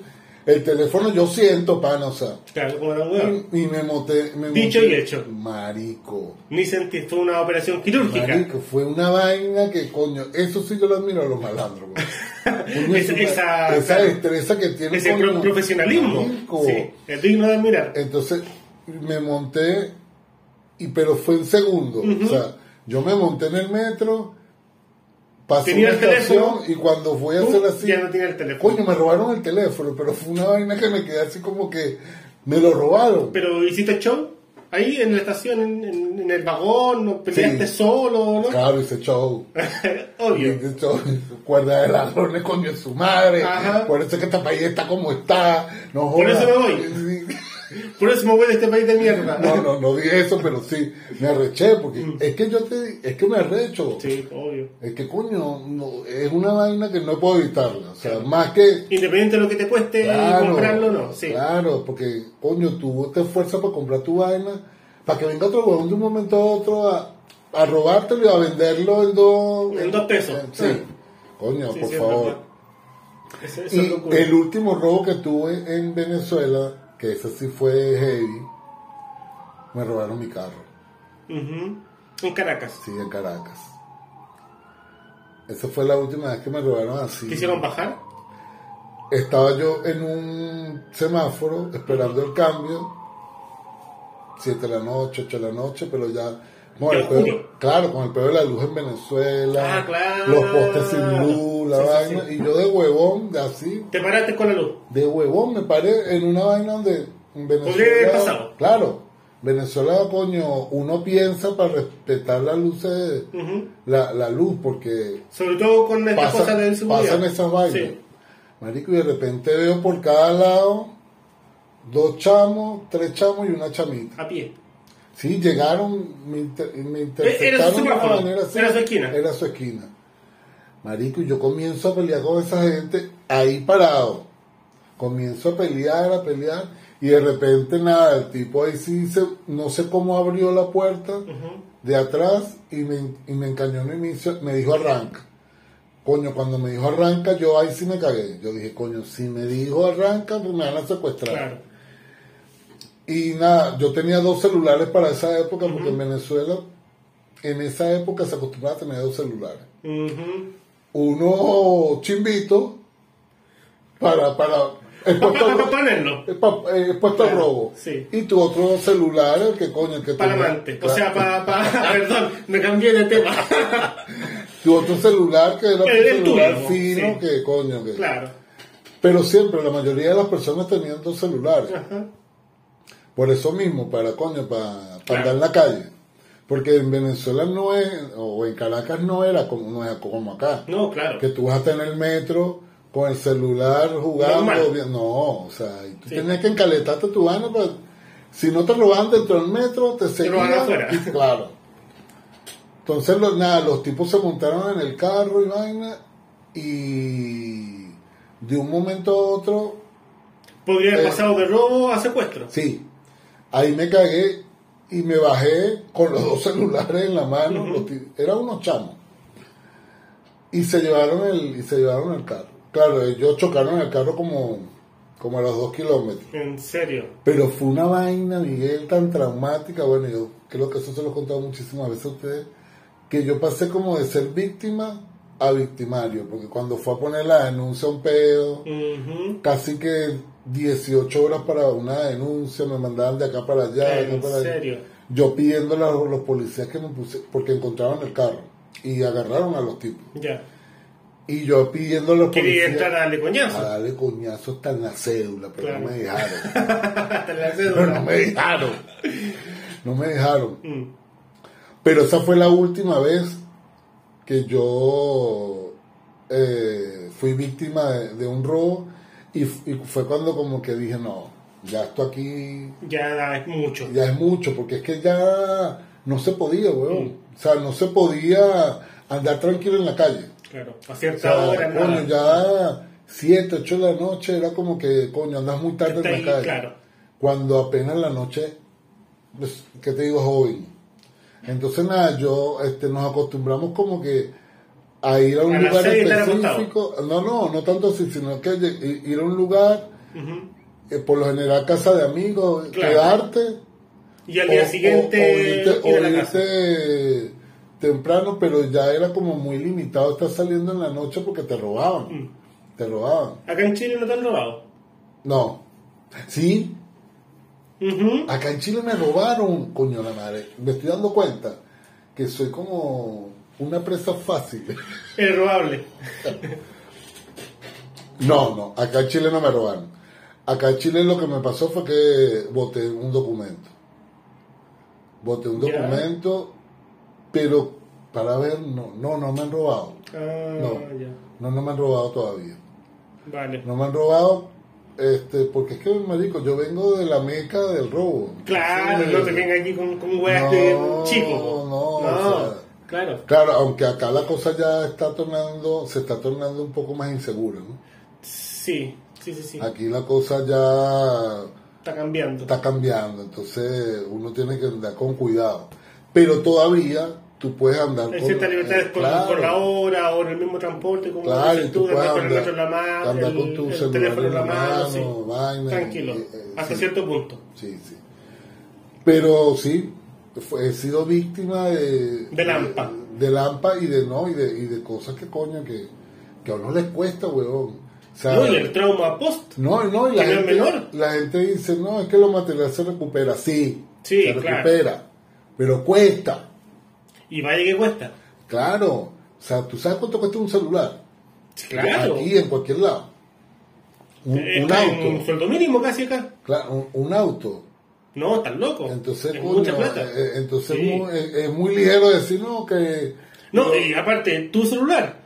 Speaker 1: el teléfono, yo siento, pana, o sea.
Speaker 2: Claro, como la mamá.
Speaker 1: Y me moté. Me
Speaker 2: Dicho
Speaker 1: monté-
Speaker 2: y hecho.
Speaker 1: Marico.
Speaker 2: Ni sentí, fue una operación quirúrgica.
Speaker 1: Marico, fue una vaina que coño. Eso sí yo lo admiro a los malandros. güey. Coño,
Speaker 2: Esa-
Speaker 1: su-
Speaker 2: esa-
Speaker 1: esa destreza que tienen.
Speaker 2: Ese
Speaker 1: con
Speaker 2: pro-
Speaker 1: los-
Speaker 2: profesionalismo.
Speaker 1: Marico.
Speaker 2: Sí, es digno de admirar.
Speaker 1: Entonces me monté, y pero fue en segundo. O sea, yo me monté en el metro, pasé
Speaker 2: Tenía
Speaker 1: una
Speaker 2: el teléfono.
Speaker 1: estación y cuando fui a
Speaker 2: Tú
Speaker 1: hacer así,
Speaker 2: ya no tiene el teléfono.
Speaker 1: coño, me robaron el teléfono, pero fue una vaina que me quedé así como que me lo robaron.
Speaker 2: Pero hiciste show ahí en la estación, en, en- en el vagón, ¿No peleaste
Speaker 1: Sí. Ah.
Speaker 2: solo, ¿no?
Speaker 1: Claro, ese show.
Speaker 2: Obvio.
Speaker 1: Y esto, cuerda de ladrones, coño, es su madre.
Speaker 2: Ajá.
Speaker 1: Por eso es que este país está como está. No
Speaker 2: Por
Speaker 1: jodas.
Speaker 2: eso me voy. Por eso me voy de este país de mierda.
Speaker 1: No, no, no dije eso, pero sí, me arreché, porque
Speaker 2: Mm.
Speaker 1: es que yo te, es que me arrecho.
Speaker 2: Sí, obvio.
Speaker 1: Es que coño, no, es una vaina que no puedo evitarla. O sea, más que.
Speaker 2: Independiente de lo que te cueste
Speaker 1: Claro,
Speaker 2: comprarlo o no. Sí.
Speaker 1: claro, porque coño, tú te esfuerzas para comprar tu vaina, para que venga otro huevón de un momento a otro a, a robártelo y a venderlo en dos.
Speaker 2: En dos pesos. Ah.
Speaker 1: Sí. Coño,
Speaker 2: Sí,
Speaker 1: por
Speaker 2: sí, es
Speaker 1: favor.
Speaker 2: verdad. Eso, eso es
Speaker 1: Y
Speaker 2: locura.
Speaker 1: el último robo que tuve en Venezuela, que ese sí fue heavy, me robaron mi carro,
Speaker 2: Ujú. En Caracas.
Speaker 1: sí, en Caracas. Esa fue la última vez que me robaron así.
Speaker 2: ¿Te hicieron bajar?
Speaker 1: Estaba yo en un semáforo esperando el cambio, 7 de la noche, 8 de la noche, pero ya... con
Speaker 2: Ya
Speaker 1: el peor-
Speaker 2: oscuro.
Speaker 1: claro, con el peor de la luz en Venezuela,
Speaker 2: Ah, claro.
Speaker 1: los postes sin luz, la
Speaker 2: Sí, sí,
Speaker 1: vaina, y yo de huevón, de así,
Speaker 2: Te paraste con la luz.
Speaker 1: de huevón me paré en una vaina donde en Venezuela
Speaker 2: Podría haber pasado.
Speaker 1: claro Venezuela coño uno piensa para respetar las luces
Speaker 2: Ujú.
Speaker 1: la, la luz porque
Speaker 2: Sobre todo con estas
Speaker 1: pasa-
Speaker 2: cosas de seguridad.
Speaker 1: pasan esas vainas
Speaker 2: Sí.
Speaker 1: marico y de repente veo por cada lado dos chamos tres chamos y una chamita
Speaker 2: A pie.
Speaker 1: sí llegaron me, inter- me interceptaron
Speaker 2: Eh, era su
Speaker 1: de una
Speaker 2: semáforo,
Speaker 1: manera así.
Speaker 2: era su esquina.
Speaker 1: era su esquina marico y yo comienzo a pelear con esa gente ahí parado comienzo a pelear, a pelear, y de repente nada, el tipo ahí sí se, no sé cómo abrió la puerta de atrás y me, y me encañó en inicio, me dijo arranca. Coño, cuando me dijo arranca, yo ahí sí me cagué. Yo dije, coño, si me dijo arranca, pues me van a secuestrar.
Speaker 2: Claro.
Speaker 1: Y nada, yo tenía dos celulares para esa época, porque en Venezuela, en esa época se acostumbraba a tener dos celulares
Speaker 2: Ujú.
Speaker 1: uno chimbito para para expuesto,
Speaker 2: Pa-
Speaker 1: al
Speaker 2: pa-
Speaker 1: ro-
Speaker 2: pa- ponerlo.
Speaker 1: eh, pa- eh, expuesto al
Speaker 2: Claro,
Speaker 1: robo
Speaker 2: sí.
Speaker 1: y tu otro celular el que coño el que
Speaker 2: Para
Speaker 1: tenía-
Speaker 2: amante. O
Speaker 1: claro,
Speaker 2: sea, para. Pa, perdón, me cambié de tema.
Speaker 1: tu otro celular que era tu
Speaker 2: El- el
Speaker 1: celular
Speaker 2: tuyo,
Speaker 1: fino
Speaker 2: sí.
Speaker 1: que coño que-
Speaker 2: claro.
Speaker 1: pero siempre la mayoría de las personas tenían dos celulares
Speaker 2: Ajá.
Speaker 1: por eso mismo para coño para, para
Speaker 2: Claro.
Speaker 1: andar en la calle porque en Venezuela no es o en Caracas no era como no es como acá
Speaker 2: No, claro.
Speaker 1: que tú vas a tener el metro con el celular jugando.
Speaker 2: Normal.
Speaker 1: vi- No, o sea, y tú
Speaker 2: Sí.
Speaker 1: tenías que encaletarte tu vaina, pues, si no te robaban dentro del metro, te seguían.
Speaker 2: roban afuera.
Speaker 1: y- Claro. Entonces, los, nada, los tipos se montaron en el carro y vaina y de un momento a otro,
Speaker 2: Podría haber
Speaker 1: Eh.
Speaker 2: pasado de robo a secuestro.
Speaker 1: sí, ahí me cagué y me bajé con los dos celulares en la mano,
Speaker 2: Ujú.
Speaker 1: los ti- eran unos chamos. Y se llevaron el, y se llevaron el carro. Claro, ellos chocaron el carro como, como a los dos kilómetros.
Speaker 2: En serio.
Speaker 1: Pero fue una vaina, Miguel, tan traumática. Bueno, yo creo que eso se lo he contado muchísimas veces a ustedes. Que yo pasé como de ser víctima a victimario. Porque cuando fue a poner la denuncia, un pedo,
Speaker 2: Ujú.
Speaker 1: casi que 18 horas para una denuncia, me mandaban de acá para allá. de acá
Speaker 2: En
Speaker 1: para allá.
Speaker 2: serio.
Speaker 1: Yo pidiéndole a los policías que me puse, porque encontraron el carro y agarraron a los tipos.
Speaker 2: Ya.
Speaker 1: Y yo pidiéndole a los
Speaker 2: Quería
Speaker 1: policías
Speaker 2: entrar a darle
Speaker 1: a
Speaker 2: coñazo.
Speaker 1: darle coñazo hasta en la cédula, pero
Speaker 2: Claro.
Speaker 1: no me dejaron.
Speaker 2: Hasta la
Speaker 1: Pero no
Speaker 2: cédula.
Speaker 1: me dejaron. No me dejaron.
Speaker 2: Mm.
Speaker 1: Pero esa fue la última vez que yo eh, fui víctima de, de un robo y, f- y fue cuando como que dije, no, ya esto aquí
Speaker 2: Ya da- es mucho.
Speaker 1: ya es mucho, porque es que ya no se podía, weón. O sea, no se podía andar tranquilo en la calle.
Speaker 2: Claro. A
Speaker 1: O
Speaker 2: cierta
Speaker 1: sea,
Speaker 2: hora,
Speaker 1: coño,
Speaker 2: nada.
Speaker 1: ya 7, 8 de la noche era como que, coño, andas muy tarde
Speaker 2: Está
Speaker 1: en la
Speaker 2: ahí,
Speaker 1: calle.
Speaker 2: claro.
Speaker 1: Cuando apenas la noche, pues, ¿qué te digo, joven? Entonces, nada, yo, este, nos acostumbramos como que a ir a un
Speaker 2: A las
Speaker 1: lugar
Speaker 2: seis estar
Speaker 1: específico. No, no, no tanto así, sino que lle- i- ir a un lugar,
Speaker 2: Ujú.
Speaker 1: eh, por lo general casa de amigos, eh,
Speaker 2: Claro.
Speaker 1: quedarte
Speaker 2: Y al día
Speaker 1: o- o- o
Speaker 2: siguiente.
Speaker 1: irte,
Speaker 2: ir a
Speaker 1: o
Speaker 2: la casa.
Speaker 1: irte temprano, pero ya era como muy limitado estar saliendo en la noche porque te robaban.
Speaker 2: Mm.
Speaker 1: Te robaban.
Speaker 2: Acá en Chile no te han robado.
Speaker 1: No. Sí,
Speaker 2: Ujú.
Speaker 1: acá en Chile me robaron, coño la madre. Me estoy dando cuenta que soy como una presa fácil.
Speaker 2: Es robable.
Speaker 1: No, no, acá en Chile no me robaron. Acá en Chile lo que me pasó fue que boté un documento. Boté un
Speaker 2: Ya.
Speaker 1: documento, pero para ver, no, no, no me han robado.
Speaker 2: Ah,
Speaker 1: No.
Speaker 2: ya.
Speaker 1: No, no me han robado todavía.
Speaker 2: Vale.
Speaker 1: No me han robado, este, porque es que, marico, yo vengo de la meca del robo.
Speaker 2: Claro,
Speaker 1: Sí.
Speaker 2: no te venga aquí con, con weas
Speaker 1: No,
Speaker 2: de chico.
Speaker 1: no, o sea-
Speaker 2: claro.
Speaker 1: Claro, aunque acá la cosa ya está tornando, se está tornando un poco más insegura, ¿no?
Speaker 2: Sí, sí, sí, sí.
Speaker 1: Aquí la cosa ya
Speaker 2: Está cambiando.
Speaker 1: está cambiando, entonces uno tiene que andar con cuidado. Pero todavía tú puedes andar
Speaker 2: Hay ciertas libertades
Speaker 1: eh,
Speaker 2: por,
Speaker 1: claro,
Speaker 2: por la hora o en el mismo transporte, como
Speaker 1: Claro,
Speaker 2: dices
Speaker 1: y tú
Speaker 2: tú, andar
Speaker 1: puedes
Speaker 2: con el
Speaker 1: andar-
Speaker 2: gato en la mano,
Speaker 1: andar
Speaker 2: el,
Speaker 1: con tu
Speaker 2: el
Speaker 1: celular
Speaker 2: teléfono en la
Speaker 1: en la
Speaker 2: mano,
Speaker 1: mano,
Speaker 2: sí.
Speaker 1: vaina,
Speaker 2: tranquilo,
Speaker 1: eh, eh,
Speaker 2: hasta
Speaker 1: sí.
Speaker 2: cierto punto.
Speaker 1: Sí, sí. Pero sí, fue- he sido víctima de...
Speaker 2: Del hampa.
Speaker 1: De, del hampa y de no, y de, y de cosas que coño, que, que a uno les cuesta, weón. O sea,
Speaker 2: No, y el trauma post,
Speaker 1: no, no, y la,
Speaker 2: que no es
Speaker 1: gente,
Speaker 2: menor.
Speaker 1: la gente dice, no, es que lo material se recupera, sí,
Speaker 2: Sí,
Speaker 1: se
Speaker 2: claro.
Speaker 1: recupera, pero cuesta.
Speaker 2: y vaya que cuesta.
Speaker 1: Claro, o sea, ¿tú sabes cuánto cuesta un celular?
Speaker 2: Claro,
Speaker 1: Aquí, en cualquier lado. Un,
Speaker 2: Eh,
Speaker 1: un
Speaker 2: está en un
Speaker 1: auto,
Speaker 2: sueldo mínimo casi acá.
Speaker 1: claro, un, un auto.
Speaker 2: No, estás loco.
Speaker 1: Entonces,
Speaker 2: es
Speaker 1: coño,
Speaker 2: mucha plata.
Speaker 1: eh, eh, entonces
Speaker 2: Sí.
Speaker 1: es, muy, es- es muy ligero decir, no, que...
Speaker 2: no, y aparte, tu celular.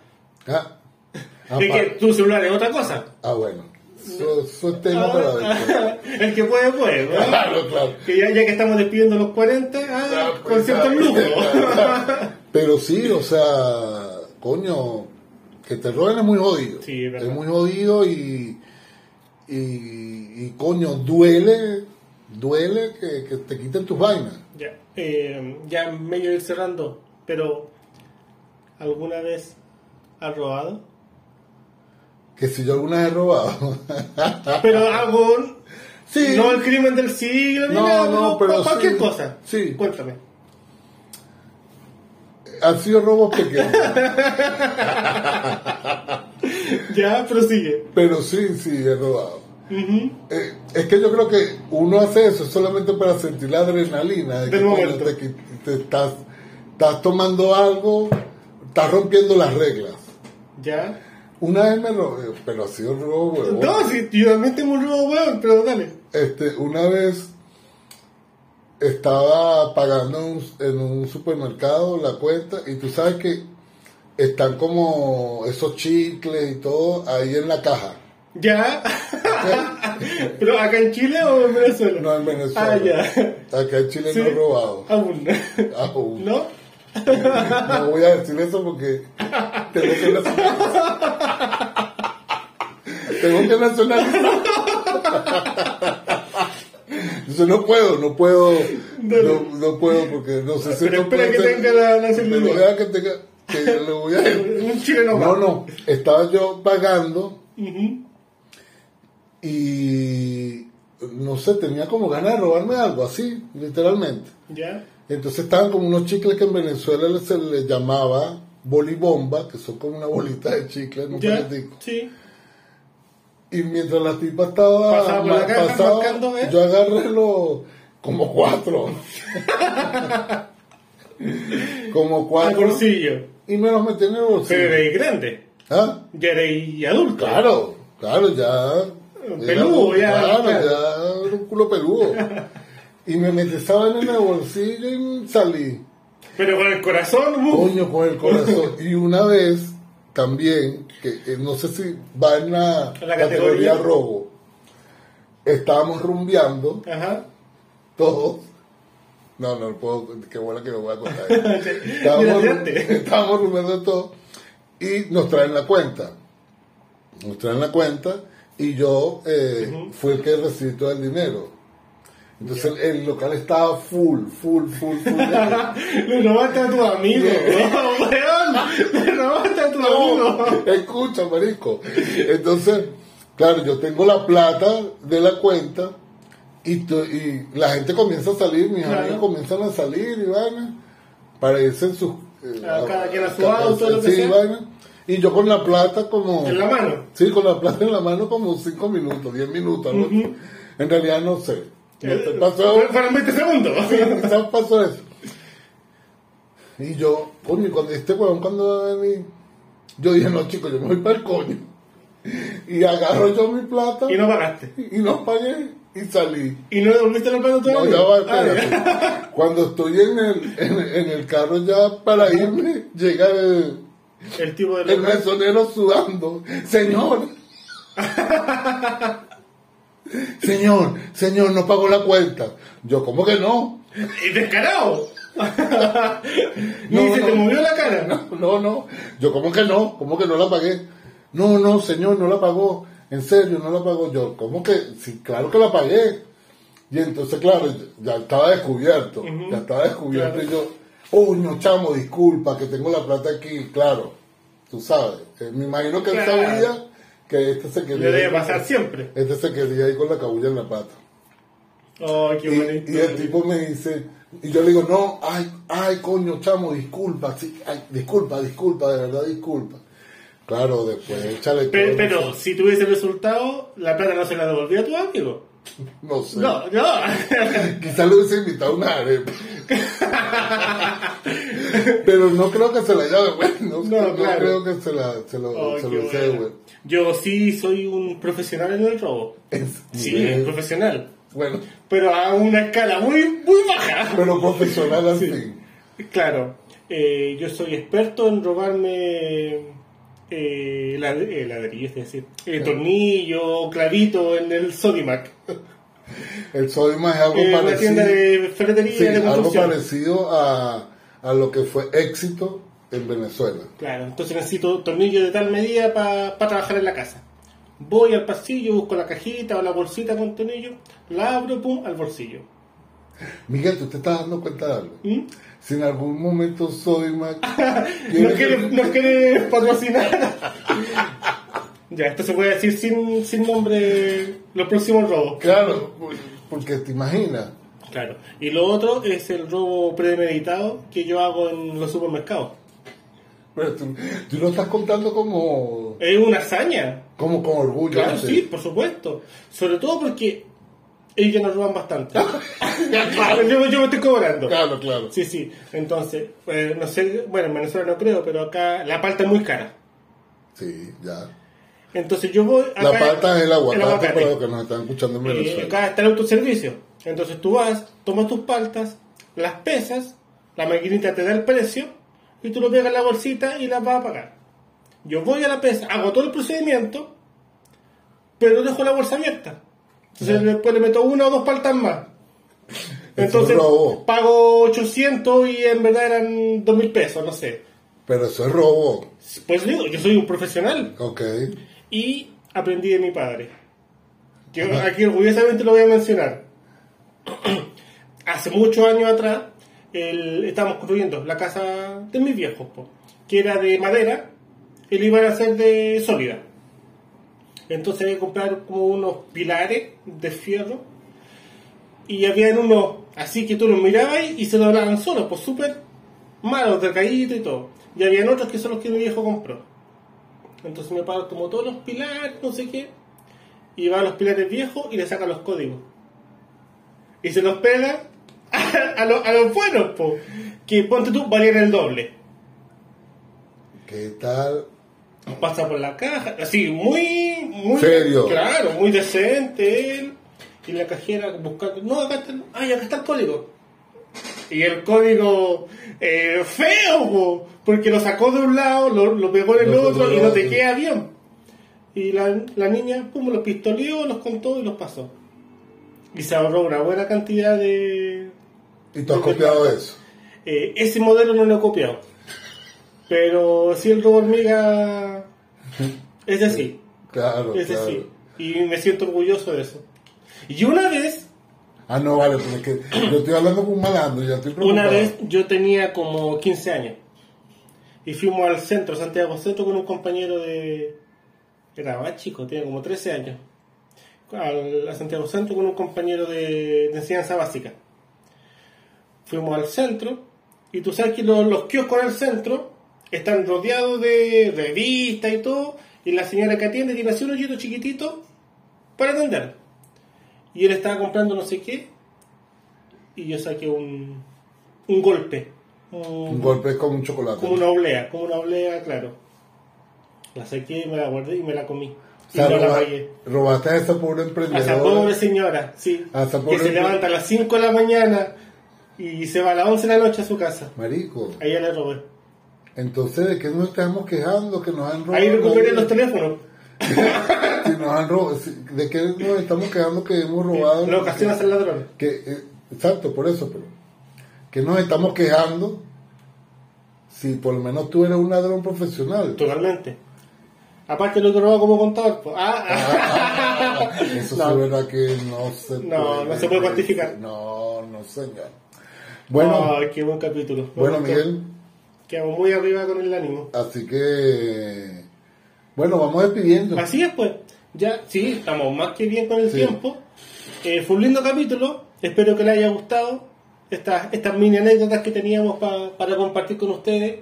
Speaker 1: Ah, ah,
Speaker 2: es
Speaker 1: pa-
Speaker 2: que tu celular es otra cosa. Ah,
Speaker 1: ah, bueno, eso, eso es tema para después.
Speaker 2: el que puede, puede. ¿no?
Speaker 1: Claro, claro.
Speaker 2: Que ya, ya que estamos despidiendo los 40, ah,
Speaker 1: Claro,
Speaker 2: con
Speaker 1: pues,
Speaker 2: cierto
Speaker 1: claro.
Speaker 2: lujo.
Speaker 1: Pero sí, o sea, coño, que te roben es muy jodido.
Speaker 2: Sí, es
Speaker 1: es,
Speaker 2: verdad.
Speaker 1: muy jodido y, y, y, coño, duele, duele que, que te quiten tus vainas.
Speaker 2: ya, eh, ya medio ir cerrando, pero ¿alguna vez has robado?
Speaker 1: Que si yo alguna vez he robado. Ah,
Speaker 2: Pero algo,
Speaker 1: sí,
Speaker 2: no el crimen del siglo, ni
Speaker 1: No,
Speaker 2: nada,
Speaker 1: no,
Speaker 2: pero
Speaker 1: pero
Speaker 2: cualquier
Speaker 1: sí.
Speaker 2: cosa.
Speaker 1: Sí.
Speaker 2: Cuéntame.
Speaker 1: han sido robos pequeños.
Speaker 2: Ya, prosigue.
Speaker 1: pero sí, sí, he robado.
Speaker 2: Ujú.
Speaker 1: Eh, es que yo creo que uno hace eso solamente para sentir la adrenalina de que,
Speaker 2: Del
Speaker 1: coño,
Speaker 2: momento.
Speaker 1: te, qui- te estás, estás tomando algo, estás rompiendo las reglas.
Speaker 2: Ya.
Speaker 1: Una vez me robé, pero ha sido robo, huevón.
Speaker 2: No, sí, yo también tengo un robo, weón, pero dale.
Speaker 1: Este, una vez estaba pagando en un- en un supermercado la cuenta y tú sabes que están como esos chicles y todo ahí en la caja.
Speaker 2: Ya. ¿Pero acá en Chile o en Venezuela?
Speaker 1: No en Venezuela.
Speaker 2: Ah, ya.
Speaker 1: Acá en Chile no
Speaker 2: Sí.
Speaker 1: he robado.
Speaker 2: Aún.
Speaker 1: Aún.
Speaker 2: ¿No?
Speaker 1: No voy a decir eso porque te lo Tengo que nacionalizar. Yo no puedo, no puedo, no, no puedo porque no sé si
Speaker 2: Pero
Speaker 1: no
Speaker 2: espera que
Speaker 1: puedo
Speaker 2: tenga la
Speaker 1: Me voy
Speaker 2: nacionalidad.
Speaker 1: a que tenga, que lo voy a...
Speaker 2: Un chileno
Speaker 1: No,
Speaker 2: más.
Speaker 1: no, estaba yo pagando
Speaker 2: Ujú.
Speaker 1: y no sé, tenía como ganas de robarme algo, así, literalmente.
Speaker 2: Ya.
Speaker 1: Entonces estaban como unos chicles que en Venezuela se les llamaba bolibomba, que son como una bolita de chicle, en un
Speaker 2: Ya.
Speaker 1: paletico.
Speaker 2: Sí.
Speaker 1: Y mientras la tipa estaba
Speaker 2: Pasaba por la caja marcando, ¿eh?
Speaker 1: yo agarré los como cuatro. como
Speaker 2: Al
Speaker 1: cuatro.
Speaker 2: bolsillo.
Speaker 1: Y me los metí en el bolsillo.
Speaker 2: Pero eres grande.
Speaker 1: ¿Ah?
Speaker 2: Ya eres adulto.
Speaker 1: Claro, claro, ya.
Speaker 2: Peludo,
Speaker 1: era-
Speaker 2: ya,
Speaker 1: Claro,
Speaker 2: claro.
Speaker 1: ya era un culo peludo. y me metí esa vaina en el bolsillo y salí.
Speaker 2: Pero con el corazón. uh.
Speaker 1: Coño, con el corazón. Y una vez también, que eh, no sé si va en la,
Speaker 2: En la
Speaker 1: categoría
Speaker 2: categoría.
Speaker 1: robo, estábamos rumbeando
Speaker 2: Ajá.
Speaker 1: todos. No, no puedo, qué buena que lo voy a contar. estábamos,
Speaker 2: Mira, fíjate.
Speaker 1: estábamos rumbeando todos y nos traen la cuenta. Nos traen la cuenta y yo eh, fui el que recibí todo el dinero. Entonces el, el local estaba full, full, full, full.
Speaker 2: Le robaste a tu amigo. No, weón. Le robaste a tu amigo.
Speaker 1: Escucha, marico. Entonces, claro, yo tengo la plata de la cuenta y, tu- y la gente comienza a salir, mis
Speaker 2: Claro.
Speaker 1: amigos comienzan a salir y vaina para irse en sus... eh,
Speaker 2: A cada quien a su
Speaker 1: ca-
Speaker 2: auto, lo que
Speaker 1: sí,
Speaker 2: sea.
Speaker 1: vaina. Y yo con la plata como...
Speaker 2: En la mano.
Speaker 1: Sí, con la plata en la mano como 5 minutos, 10 minutos. algo así. En realidad no sé. No te pasó
Speaker 2: Eh, Fue- Fueron 20 segundos.
Speaker 1: quizás pasó eso. Y yo, coño, y cuando este huevón cuando va a venir, yo dije, no chicos, yo me voy para el coño. Y agarro yo mi plata
Speaker 2: Y
Speaker 1: y
Speaker 2: no pagaste.
Speaker 1: no pagué y salí.
Speaker 2: Y no devolviste la plata a tu
Speaker 1: No,
Speaker 2: amigo.
Speaker 1: ya va,
Speaker 2: Ah, ya.
Speaker 1: espérate. Cuando estoy en el, en, en el carro ya para irme, llega el,
Speaker 2: El tipo de
Speaker 1: el mesonero sudando. Señor. Señor, señor, no pagó la cuenta. Yo, ¿cómo que no?
Speaker 2: ¡Y descarado! Ni
Speaker 1: No,
Speaker 2: se
Speaker 1: no.
Speaker 2: te movió la cara.
Speaker 1: No, no. Yo, ¿cómo que no? ¿Cómo que no la pagué? No, no, señor, no la pagó. En serio, no la pagó yo. ¿Cómo que? Sí, claro que la pagué. Y entonces, claro, ya estaba descubierto. Ya estaba descubierto.
Speaker 2: claro.
Speaker 1: Y yo, uy, no, chamo, disculpa, que tengo la plata aquí. Claro, tú sabes. Eh, me imagino que él
Speaker 2: Claro.
Speaker 1: sabía que este se quería
Speaker 2: Le debe
Speaker 1: ir-
Speaker 2: pasar siempre.
Speaker 1: Este se quería ir con la cabulla en la pata.
Speaker 2: Oh, qué
Speaker 1: Y,
Speaker 2: bonito.
Speaker 1: y el tipo me dice, y yo le digo, no, ay, ay, coño, chamo, disculpa, sí, ay, disculpa, disculpa, de verdad, disculpa. Claro, después échale
Speaker 2: Pero,
Speaker 1: todo,
Speaker 2: pero si tuviese el resultado, la plata no se la devolvía a tu amigo.
Speaker 1: No sé,
Speaker 2: No, no.
Speaker 1: quizás le hubiese invitado una arepa. pero no creo que se la haya devuelto, no,
Speaker 2: No,
Speaker 1: no
Speaker 2: claro.
Speaker 1: creo que se la se lo,
Speaker 2: Oh,
Speaker 1: se
Speaker 2: qué
Speaker 1: lo hice
Speaker 2: bueno.
Speaker 1: devuelto.
Speaker 2: Yo sí soy un profesional en el robo.
Speaker 1: Es-
Speaker 2: Sí,
Speaker 1: bien.
Speaker 2: profesional.
Speaker 1: Bueno,
Speaker 2: Pero a una escala muy, muy baja.
Speaker 1: pero profesional al fin.
Speaker 2: Claro, eh, yo soy experto en robarme eh, lad- eh, ladrillos, es decir, eh, tornillo, clavito en el Sodimac, eh,
Speaker 1: El Sodima es algo
Speaker 2: en la
Speaker 1: parecido.
Speaker 2: tienda de ferretería
Speaker 1: Sí,
Speaker 2: y de
Speaker 1: algo
Speaker 2: construcción.
Speaker 1: parecido a, a lo que fue éxito en Venezuela.
Speaker 2: Claro, entonces necesito tornillo de tal medida para trabajar en la casa. Voy al pasillo, busco la cajita o la bolsita con tornillo, la abro, pum, al bolsillo.
Speaker 1: Miguel, ¿tú te estás dando cuenta de algo?
Speaker 2: ¿Mm?
Speaker 1: Si en algún momento Sodimac
Speaker 2: No quiere, no quiere patrocinar. ya, esto se puede decir sin, sin nombre los próximos robos.
Speaker 1: Claro, porque te imaginas.
Speaker 2: Claro. Y lo otro es el robo premeditado que yo hago en los supermercados.
Speaker 1: Pero tú, tú lo estás contando como,
Speaker 2: Es una hazaña.
Speaker 1: como con orgullo.
Speaker 2: Claro,
Speaker 1: ¿sí?
Speaker 2: sí, por supuesto. Sobre todo porque ellos nos roban bastante. yo, yo me estoy cobrando.
Speaker 1: Claro, claro.
Speaker 2: Sí, sí. Entonces, eh, no sé, bueno, en Venezuela no creo, pero acá la palta es muy cara.
Speaker 1: Sí, ya.
Speaker 2: Entonces yo voy...
Speaker 1: La
Speaker 2: acá-
Speaker 1: palta es el aguacate,
Speaker 2: aguacate.
Speaker 1: para los que nos están escuchando en
Speaker 2: Eh,
Speaker 1: Venezuela.
Speaker 2: acá está el autoservicio. Entonces tú vas, tomas tus paltas, las pesas, la maquinita te da el precio y tú lo pegas en la bolsita y las vas a pagar. Yo voy a la pesa, hago todo el procedimiento, pero dejo la bolsa abierta. Entonces después le meto una o dos paltas más.
Speaker 1: un
Speaker 2: Entonces
Speaker 1: robo.
Speaker 2: pago 800 y en verdad eran 2000 pesos, no sé.
Speaker 1: Pero eso es robo.
Speaker 2: Pues digo, yo soy un profesional
Speaker 1: Ok.
Speaker 2: y aprendí de mi padre. Yo aquí orgullosamente lo voy a mencionar. Hace muchos años atrás el- estábamos construyendo la casa de mis viejos, po, que era de madera y lo iban a hacer de sólida. Entonces había que comprar como unos pilares de fierro y había unos así que tú los mirabas y se doblaban solos, pues súper malos, delgaditos y todo. Y habían otros que son los que mi viejo compró. Entonces mi padre tomó todos los pilares, no sé qué, y va a los pilares viejos y le saca los códigos. Y se los pega a, a los- a los buenos, po, que ponte tú, valían el doble.
Speaker 1: ¿Qué tal?
Speaker 2: Pasa por la caja, así, muy, muy.
Speaker 1: Serio.
Speaker 2: Claro, muy decente él. Y la cajera buscando, no, acá está, el- ay, acá está el código. Y el código eh, feo, po, porque lo sacó de un lado, lo, lo pegó en el
Speaker 1: Lo
Speaker 2: otro
Speaker 1: pegó
Speaker 2: y
Speaker 1: en
Speaker 2: no
Speaker 1: el
Speaker 2: te
Speaker 1: otro.
Speaker 2: queda bien. Y la, la niña, pum, los pistoleó, los contó y los pasó. Y se ahorró una buena cantidad de,
Speaker 1: ¿Y tú has copiado eso?
Speaker 2: eh, ese modelo no lo he copiado. Pero si el robo hormiga es así,
Speaker 1: Claro,
Speaker 2: es
Speaker 1: claro.
Speaker 2: así. Y me siento orgulloso de eso. Y una vez,
Speaker 1: Ah, no, vale, pero es que yo estoy hablando con un malandro, ya estoy preocupado.
Speaker 2: una vez yo tenía como 15 años. Y fuimos al centro, Santiago Centro, con un compañero de... Era más chico, tenía como 13 años. Al, a Santiago Centro con un compañero de, de enseñanza básica. Fuimos al centro y tú sabes que los, los kioscos en el centro están rodeados de revistas y todo. Y la señora que atiende tiene así un hoyito chiquitito para atender. Y él estaba comprando no sé qué. Y yo saqué un, un golpe.
Speaker 1: Un golpe es como un chocolate.
Speaker 2: Como una oblea, como una oblea, claro. La saqué, me la guardé y me la comí.
Speaker 1: O
Speaker 2: Y
Speaker 1: sea,
Speaker 2: no la
Speaker 1: roba-
Speaker 2: pagué.
Speaker 1: robaste a esa pobre
Speaker 2: A esa pobre
Speaker 1: emprendedora.
Speaker 2: señora, sí.
Speaker 1: A esa
Speaker 2: que
Speaker 1: pobre-
Speaker 2: se levanta a las 5 de la mañana y se va a las 11 de la noche a su casa.
Speaker 1: Marico.
Speaker 2: Ahí ya la robé.
Speaker 1: Entonces, ¿de qué nos estamos quejando? Que nos han robado.
Speaker 2: Ahí recuperé los teléfonos.
Speaker 1: Si nos han robado, si- ¿De qué nos estamos quejando que hemos robado?
Speaker 2: La ocasión hace el ladrón.
Speaker 1: Que, eh, exacto, por eso, pero. Que nos estamos quejando si por lo menos tú eres un ladrón profesional.
Speaker 2: Totalmente. Aparte lo que robaba como contador. pues. Ah, ah.
Speaker 1: Eso
Speaker 2: No.
Speaker 1: sí es verdad que no se
Speaker 2: No, no se puede cuantificar.
Speaker 1: No, no señor. Bueno,
Speaker 2: Ay, qué buen capítulo. Me
Speaker 1: bueno,
Speaker 2: gustó.
Speaker 1: Miguel,
Speaker 2: Quedamos muy arriba con el ánimo.
Speaker 1: así que. Bueno, vamos despidiendo.
Speaker 2: Así es, pues. Ya, sí, estamos más que bien con el
Speaker 1: Sí.
Speaker 2: tiempo. Eh, fue un lindo capítulo. Espero que les haya gustado estas, estas mini anécdotas que teníamos pa- para compartir con ustedes.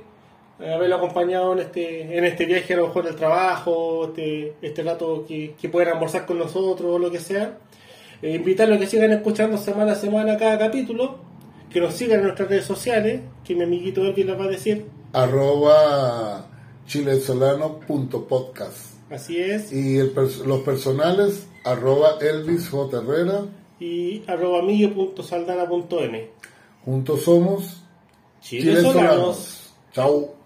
Speaker 2: Eh, Haberlo acompañado en este, en este viaje, a lo mejor del trabajo, este, este rato que, que puedan almorzar con nosotros o lo que sea. Eh, invitarlos a que sigan escuchando semana a semana cada capítulo. Que nos sigan en nuestras redes sociales, que mi amiguito Elvin las va a decir.
Speaker 1: Arroba chilesolano.podcast.
Speaker 2: Así es.
Speaker 1: Y el pers- los personales, arroba Elvis J. Herrera.
Speaker 2: Y arroba millo.saldana.m.
Speaker 1: Juntos somos
Speaker 2: Chile Solanos.
Speaker 1: Chau.